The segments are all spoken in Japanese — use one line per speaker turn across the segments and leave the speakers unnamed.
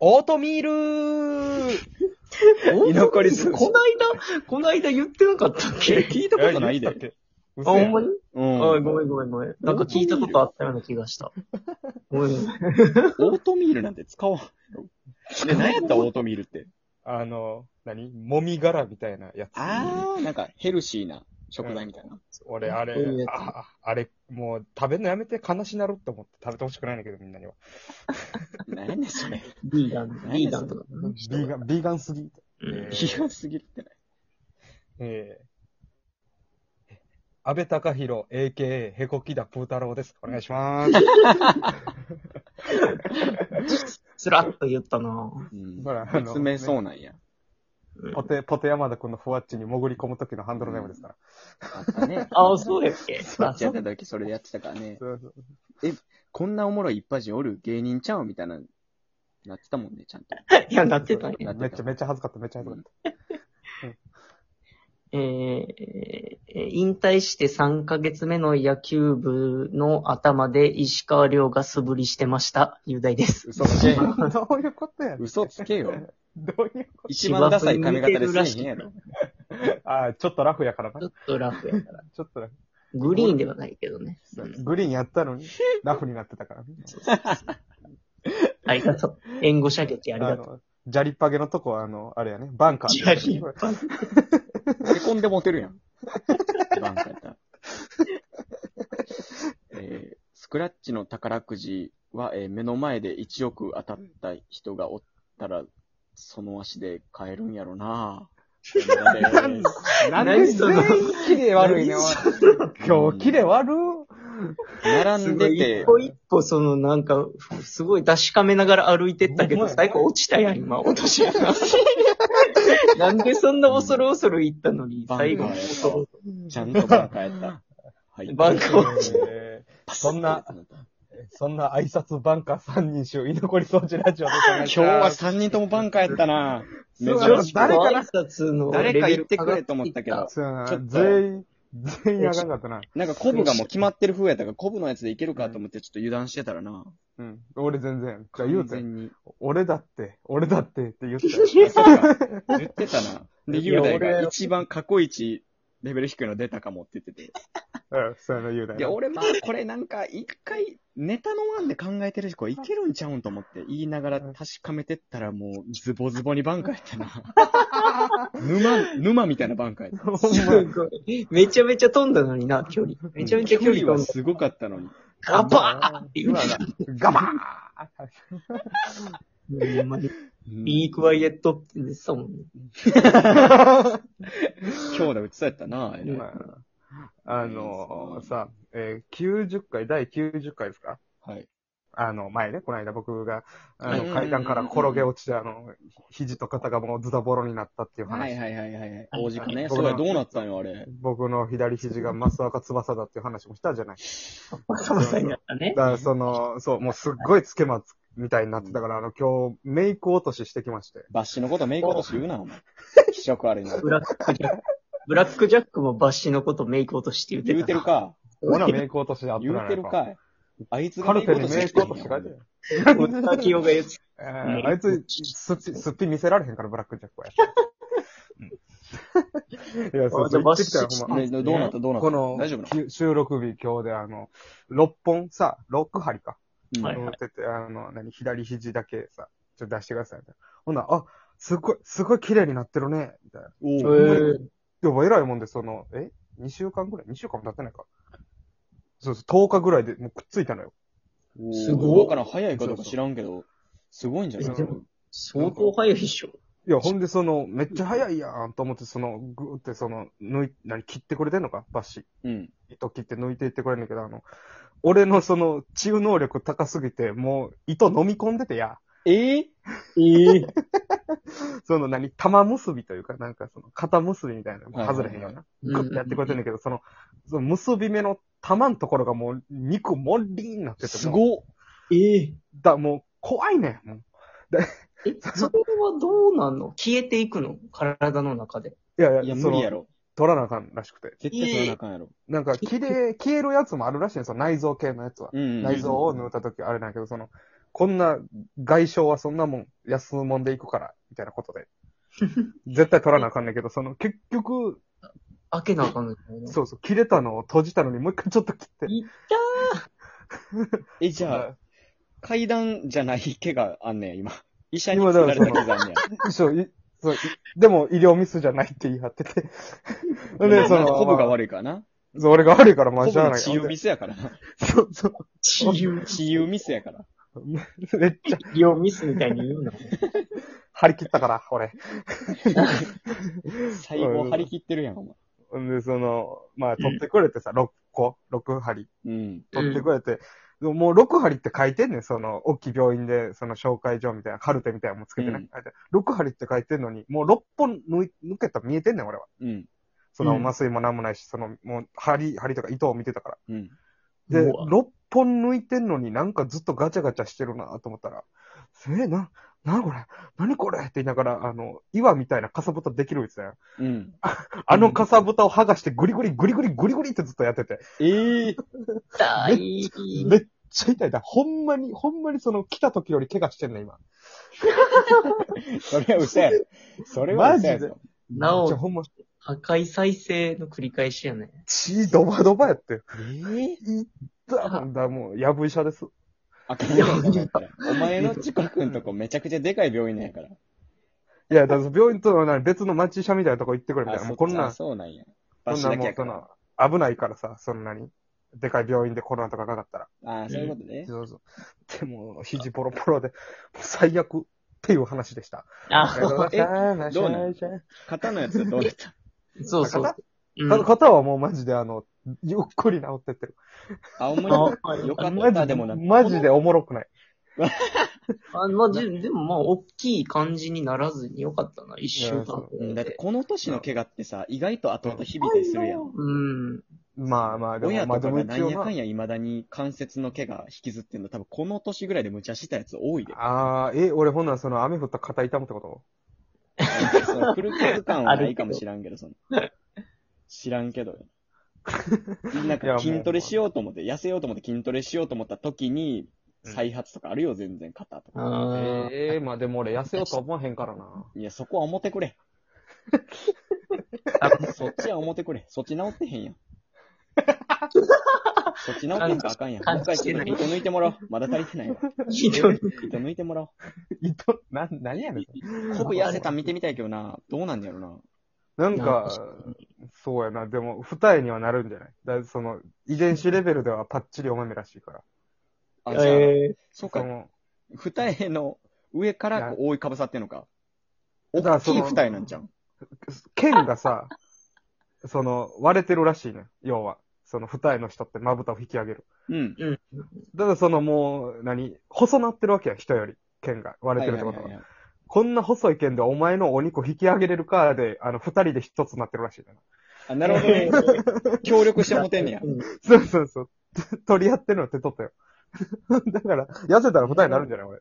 オートミール
居残り寿司
こないだ、こないだ言ってなかったっけ
聞いたことないで。
あ言ったっけ
あ
あ、ほんまに
うん。
あ
オ
ごめんごめんごめん。なんか聞いたことあったような気がした。ごめんごめん。
ートミールなんて使わん。え、何やったオートミールって。
あの、何もみ殻みたいなやつ。
あー、なんかヘルシーな食材みたいな。
俺、あれ
どういうや、つ
あ、あれ、もう食べるのやめて悲しなるって思って食べてほしくないんだけど、みんなには。
何やねんそれ。
ビーガン、ビーガンとかな。
ビーガン、ビーガンすぎ。え
悲
ー
願すぎるってない。
えー安倍隆弘、AKA、へこきだ、プー太郎です。お願いします。
スラッと言ったな
うん
ほらあの
説明そうなんや。
ポテ、ポテ山田くんのフワッチに潜り込む時のハンドルネームですから。
あったね。
あ、そうやっけ
やってた時それでやってたからね。
そうそう
こんなおもろい一発人おる芸人ちゃうみたいな、なってたもんね、ちゃんと。
いや、なってたんや。
な
めっちゃめっちゃ恥ずかった、めっちゃ恥ずかった。
えーえー引退して3ヶ月目の野球部の頭で石川亮が素振りしてました。雄大です。
嘘つけ。
どういうことやねん
嘘つけよ。
どういうこ
一番ダサい髪型ですね。へんやろ。
とあーちょっとラフやからな。
ちょ
ち
っとラフやから。
ょっとラフ。
グリーンではないけどね。うん
グリーンやった のに、ラフになってたからね。
あ りがとう。援護射撃あ
あ
りがとう。
の、砂利っぱげのとこは、あの、あれやね、バンカーってやつね。
砂
へこんでモテるやん。バンカーやったらえースクラッチの宝くじは、えー目の前で1億当たった人がおったら、その足で買えるんやろなぁ。
なんで全員キレ悪いね、おい今日キレ悪
並
す
ん
ご
で
い
て
一、歩一歩、その、なんか、ふすごい確かめながら歩いてったけ
ほん
ど、
まや
最後落ちたやん、今、落と し穴。なんでそんな恐る恐る行ったのに、
バンカー
最後
や
恐る恐る
ちゃんとバンカーやった。はい
バンカー
えーそんな、そんな挨拶バンカー三人衆、居残り掃除ラジオで
今日は3人ともバンカーやったな
そう
珍しい
誰かな
挨拶の
誰か言ってくれと思ったけど。
そうやな
ちょっと
全員、全員あかんかったな。
なんかコブがもう決まってる風やったから、コブのやつでいけるかと思ってちょっと油断してたらな。
うん。俺全然。じゃあ言うて。
完全に。
俺だって、俺だってって言って。
あそっか言って たな。で、
い
雄
や
大が
俺
一番過去一レベル低いの出たかもって言ってて。
うん、そうやな、言うだ
で、
よ。
俺まあこれなんか一回ネタの案で考えてるし、これいけるんちゃうんと思って言いながら確かめてったらもうズボズボにバンカーやったな。 沼、沼みたいなバンカーやった。
ほん
す
まや
ごい。めちゃめちゃ飛んだのにな、距離。めちゃめちゃ距離
は
飛んだ。
すごかったのに。
ガバーンっていう。
ガバーン
ほんまに
うん
ビークワイエットって言ってたもんね。
強打打ちそうやったな、あれ
まああのさ、えー90回、第90回ですか
はい。
あの、前ね、この間僕が、あ
うん
の、階段から転げ落ちて、あの、肘と肩がもうズタボロになったっていう話。
はいはいはいはいはい。王子かね。
僕
そう
の
や、どうなったんよ、あれ。
僕の左肘がマスアカ翼だっていう話もしたじゃない。
そもそ もやったね
だ。から、その、そう、もうすっごいつけまつみたいになってたから、あの、今日、メイク落とししてきまして。
バッシュのことメイク落とし言うな、お 前。気色悪いな。
ブラックジャック。ブラックジャックもバッシのことメイク落としって言ってた。
言うてる。か。
ほら、メイク落としであった
言うてる。かい。あいつが
カルテにメイク落とし
し
書いて
て
る
る。。
歌清が言って た。
えーあいつ、すっぴ、すっぴん見せられへんから、ブラックジャックは。いや、そう、
あじゃあ
言ってきたよ、ほんま。
ねどうなったどうなった
この
大丈夫な、
き収録日今日であの、6本さ、6針か。
うん
はい
持ってて、あの、何、左肘だけさ、ちょっと出してください、みたいな。ほんなら、あ、すごい、すごい綺麗になってるね、みたいな。
お
え
う
ー、
でも偉いもんで、その、え ?2 週間ぐらい ?2 週間も経ってないか。そうそう、10日ぐらいでもうくっついたのよ。
おう
すごい
だから早いかどうか知らんけど、すごいんじゃない
えでも相当早いっしょ。
いや、ほんで、その、めっちゃ早いやんと思って、その、ぐーって、その、抜い、何、切ってくれてんのかバッシ。
うん。
糸切って抜いていってくれるんだけど、あの、俺のその、治癒能力高すぎて、もう、糸飲み込んでてや。
ええええ
その何、玉結びというか、なんかその、肩結びみたいなの外れへんような。
はいはいはい
グッてやってくれてんだけど、その、その結び目の玉のところがもう、肉もりになってて。
す
い。
ごっ
ええ
だ、もう、怖いねん。もう
え、それはどうなんの消えていくの体の中で。
いやいや、
いや、
そ
無
の
理やろ。
取らなあかんらしくて。
絶対取らなあかんやろ。
なんか、綺麗、消えるやつもあるらしいんですよ。内臓系のやつは。
うん。
内臓を縫った時あれなんやけど、その、こんな外傷はそんなもん、安もんでいくから、みたいなこと で。絶対取らなあかんねんけど、その結局、
開けなあかんのかな
そうそう、切れたのを閉じたのにもう一回ちょっと切って。
いっ
え、じゃあ、
は
階段じゃない怪我あんねん、今。医者に作られた傷あんねん。
いそう、いそういでも医療ミスじゃないって言い張 ってて。
う ん
で、そ
まあ
の、
コブが
まあ
悪いからな。
そう俺が悪いから、ま
コ
あ、
ブ
しゃあ
の
ない。
治癒ミスやからな。
そうそう。
たー治癒
治癒ミスやから。
めっちゃ
医療ミスみたいに言うな。
張り切ったから、俺。
細胞張り切ってるやん、お前。
んで、その、まあ、取ってくれてさ、6個 ?6 針。
うん。
取ってくれて、でももう6針って書いてんねん、その、大きい病院で、その紹介状みたいな、カルテみたいなのもつけてね、
うん
書いて6針って書いてんのに、もう6本抜い抜けたら見えてんねん、俺は。
うん。
その
うん
麻酔もなんもないし、その、もう、針、針とか糸を見てたから。
うん。
で、
うわ
6本抜いてんのになんかずっとガチャガチャしてるなと思ったら、えー、な、なこれ何これって言いながら、あの、岩みたいなかさぶたできるやつだよ。
うん。
あのかさぶたを剥がしてグリグリグリグリグリグリってずっとやってて。
ええ
痛い。
めっちゃ痛い。だ、ほんまに、ほんまにその来た時より怪我してんねん、今。
それは嘘やろ。それは嘘や
マジ
ろ。
なお
じゃあほんま、
破壊再生の繰り返しやね。
血ドバドバやって。
ええ
いったもんだ、もう、やぶ医者です。
あかんやん、そんなんやったらお前の近くんとこめちゃくちゃでかい病院なんやから。
いや、だから病院とはな別の町医者みたいなとこ行ってくれみたいな。もうこん
そっ
な
ちあ
ん、
そうなんや。
こ
場
ん
所
な
だけ
もう
やか
そ
ら
の。、危ないからさ、そんなに。でかい病院でコロナとかかかったら。
ああ、そういうことね。
そうそう。でも、肘ボロボロで、もう最悪っていう話でした。
あ、
えどうなん肩のやつはどう だった
そうそう。
肩
うん
肩はもうマジであの、ゆっくり治ってってる。
青森
あ
よか
マ
っ
ジ
た、
で、
でもな。
マジでおもろくない。
あまあ、ででもまあ、大きい感じにならずによかったな、一週
いやそう。
間
うんだってこの年の怪我ってさ、意外と後々響いたりするやん。
うん。
まあまあ、で
親
も、まあ
と
でも
かがな
一
ん
応
やかん
な。
や未だに関節の怪我引きずってんの、多分この年ぐらいで無茶したやつ多いで。
ああ、え、俺ほんならその雨降ったら肩痛むってこと
そのフルケツ感はないかもしらんけど、その。知らんけ どよ。なん
いやも
か
う
筋トレしようと思って、痩せようと思って筋トレしようと思った時に、再発とかあるよ、全然肩とか。
あー
ええまあでも俺痩せようと思わへんからな。
いや、そこは思ってく れ。そっちは思ってくれ。そっち治ってへんや ん。そっち治ってんかあかんやん。
感
も
じ
う一回ちょっと糸抜いてもらおう。まだ足りてないわ。
ひどい。
糸抜いてもらおう。
糸、な、何やねん。
コブ痩せたん見てみたいけどな。どうなんやろな。
なんか、そうやな。でも、二重にはなるんじゃないだいその、遺伝子レベルではパッチリお豆らしいから。
あ、じゃあ、
え
そ
そ
うか。
の、
二重の上から覆いかぶさってんのか。
だから
大
そ
きい
の
二重なんじゃん。
剣がさ、その、割れてるらしいね。要は。その、二重の人ってまぶたを引き上げる。
うん。
だからそのもう、何細なってるわけや、人より。剣が割れてるってことは。
はいはいはいはい
こんな細い剣でお前のお肉引き上げれるかで、あの、二人で一つになってるらしいね。
あ、なるほどね。協力してもてんねや。
そうそうそう。 取り合ってるの手取ったよ。 だから、痩せたら二重になるんじゃない俺。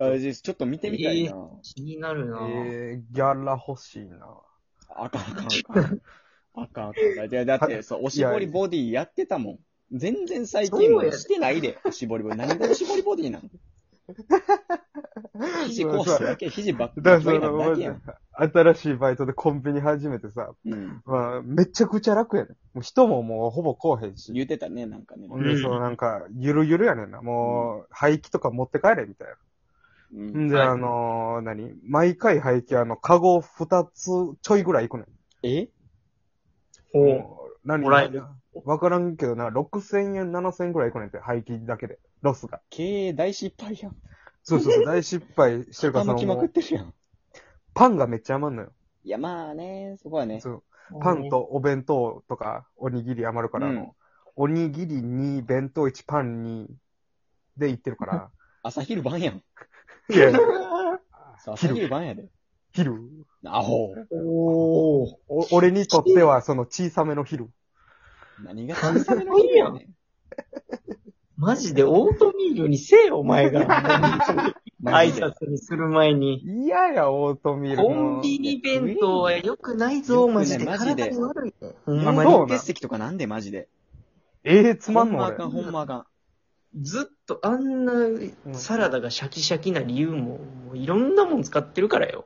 あじゃあちょっと見てみたいな。
気になるなぁ。
えー、ギャラ欲しいな。
あかんあかんあかん。あかんあかん。じゃあだって、そう、おしぼりボディやってたもん。全然最近も
そうや
してないで、おしぼりボディ。何でおしぼりボディなの肘こうするだけ、肘ばっか
だ
り
か
な
らそ
るだけや
の
ん。、
新しいバイトでコンビニ始めてさ、
うん。
まあ、めちゃくちゃ楽やねん。もう人ももうほぼ来おへんし。
言ってたね、なんかね。
ほんで、
うん
そのなんか、ゆるゆるやねんな。もう、廃棄とか持って帰れ、みたい
うん
な。んで、
はい
あのー、何毎回廃棄、あの、カゴ二つちょいぐらい行くね
え
ん。
おう
もう何
もらえる
わからんけどな、6000円、7000円ぐらい行くねんって、廃棄だけで。ロスが。
経営大失敗やん。
そうそうそう、大失敗してるから、そ
傾
の
きま
も
く
う、
ってるやん。
パンがめっちゃ余んのよ。
いや、まあね、そこはね。
そう。パン。とお弁当とか、おにぎり余るから、あの
うん
おにぎりに弁当1、パンにで行ってるから。
朝昼晩やん。
いや、
そう朝
昼
昼晩やで。
昼。
アホ。
おー。
お俺にとっては、その小さめの昼。
何が小さめの昼やねん。
マジでオートミールにせえ、お前が。
マ
挨
ジで
拶にする前に。
いやや、オートミール。
コンビニ弁当は良くないぞ、マジで。
マジで
体に悪いよ。ほ
ほ
ん
んま
ま
そう
に
な
無欠席とかなんでマジで。
ええつまんの
ほんまあか
俺。
ん、ほんまあかん。
ずっとあんなサラダがシャキシャキな理由も、もういろんなもん使ってるからよ。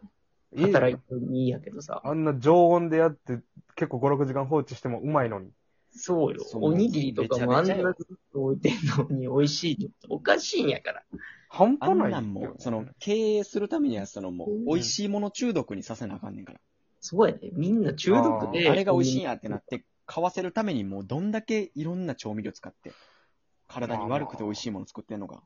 いい
働いてもいいやけどさ。
あんな常温でやって、結構5、6時間放置してもうまいのに。
そうよ。
そう
おにぎりとかもあん
めちゃ
な
めちゃ
ず
よ
っと置いてんのに美味しいのっておかしいんやから。
半
あ
端
ん
ない
なんも、その、経営するためには、そのもう
うん、
美味しいもの中毒にさせなあかんねんから。
そうやで。みんな中毒で。
あれが美味しいんやってなって、買わせるためにもうどんだけいろんな調味料使って、体に悪くて美味しいもの作ってんのか。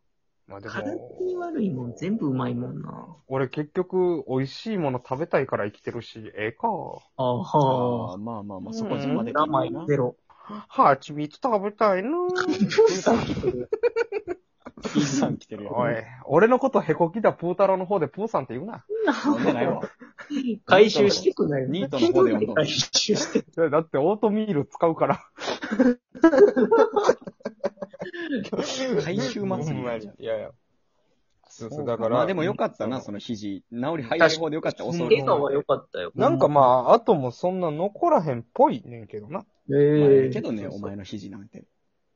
まあで
体
も、
に悪いもん全部うまいもんな。
俺結局、美味しいもの食べたいから生きてるし、ええか。
ああ、
あ
は
ーまあまあ
あ。
まあ、そこじまで
名前ゼロ。
蜂蜜食べたいな
ピー さん来てるよ。
おい、俺のことへこきだ、プータローの方でプーさんって言うな。
飲んでないわ。
回収してくない
ニートの方で呼んどん
回収して。
いやだってオートミール使うから。
回収祭りやじゃん。
いやいや。そうそう、だ
だ
か。
からら。まあでもよかったな、その肘。治り早い方でよかった、
確
恐
かに
れ
怪。我は良かったよ。
なんかまあ、あともそんな残らへんっぽいねんけどな。
え
まあええ
え
けどね、お前の肘なんて。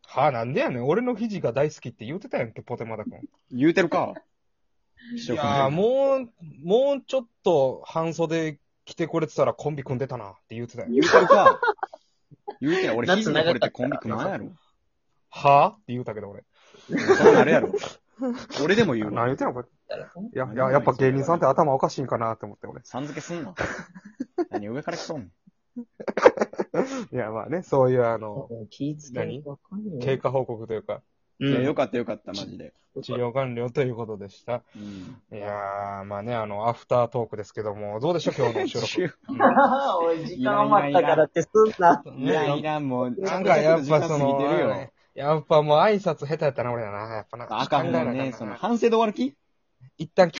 はあ、なんでやねん。俺の肘が大好きって言うてたやんけ、ポテマダ君。
言うてるか。
いやーもう、もうちょっと半袖着てくれてたらコンビ組んでたなって言ってたよ。
言うてるか。言うてる俺、
夏
肘のこれってコンビ組まんやろ。
はぁって言うたけど俺。
そうなるやろ。俺でも言う
何
わ。
言ってんのこれ。いや、い
何
や、やっぱ芸人さんって頭おかしいんかなって思って俺。
さん付けすんな。何上から来とんねん
いや、まあね、そういうあの、
気ぃつけないとわかんない
経過報告というか、
う
いや よ
ん。
かったよかった、マジで。
治療完了ということでした。
うん。
いやー、まあね、あの、アフタートークですけども、どうでしょう、今日の収 録。
おい、時間余ったからってすんな。
いやいや、もう、
なんかやっぱその
時間過ぎてるよ。、
やっぱもう挨拶下手やったな、俺やな。やっぱな。
あかんも
考
ん
えなあかん
ね、
な
その、反省で終わる気
一旦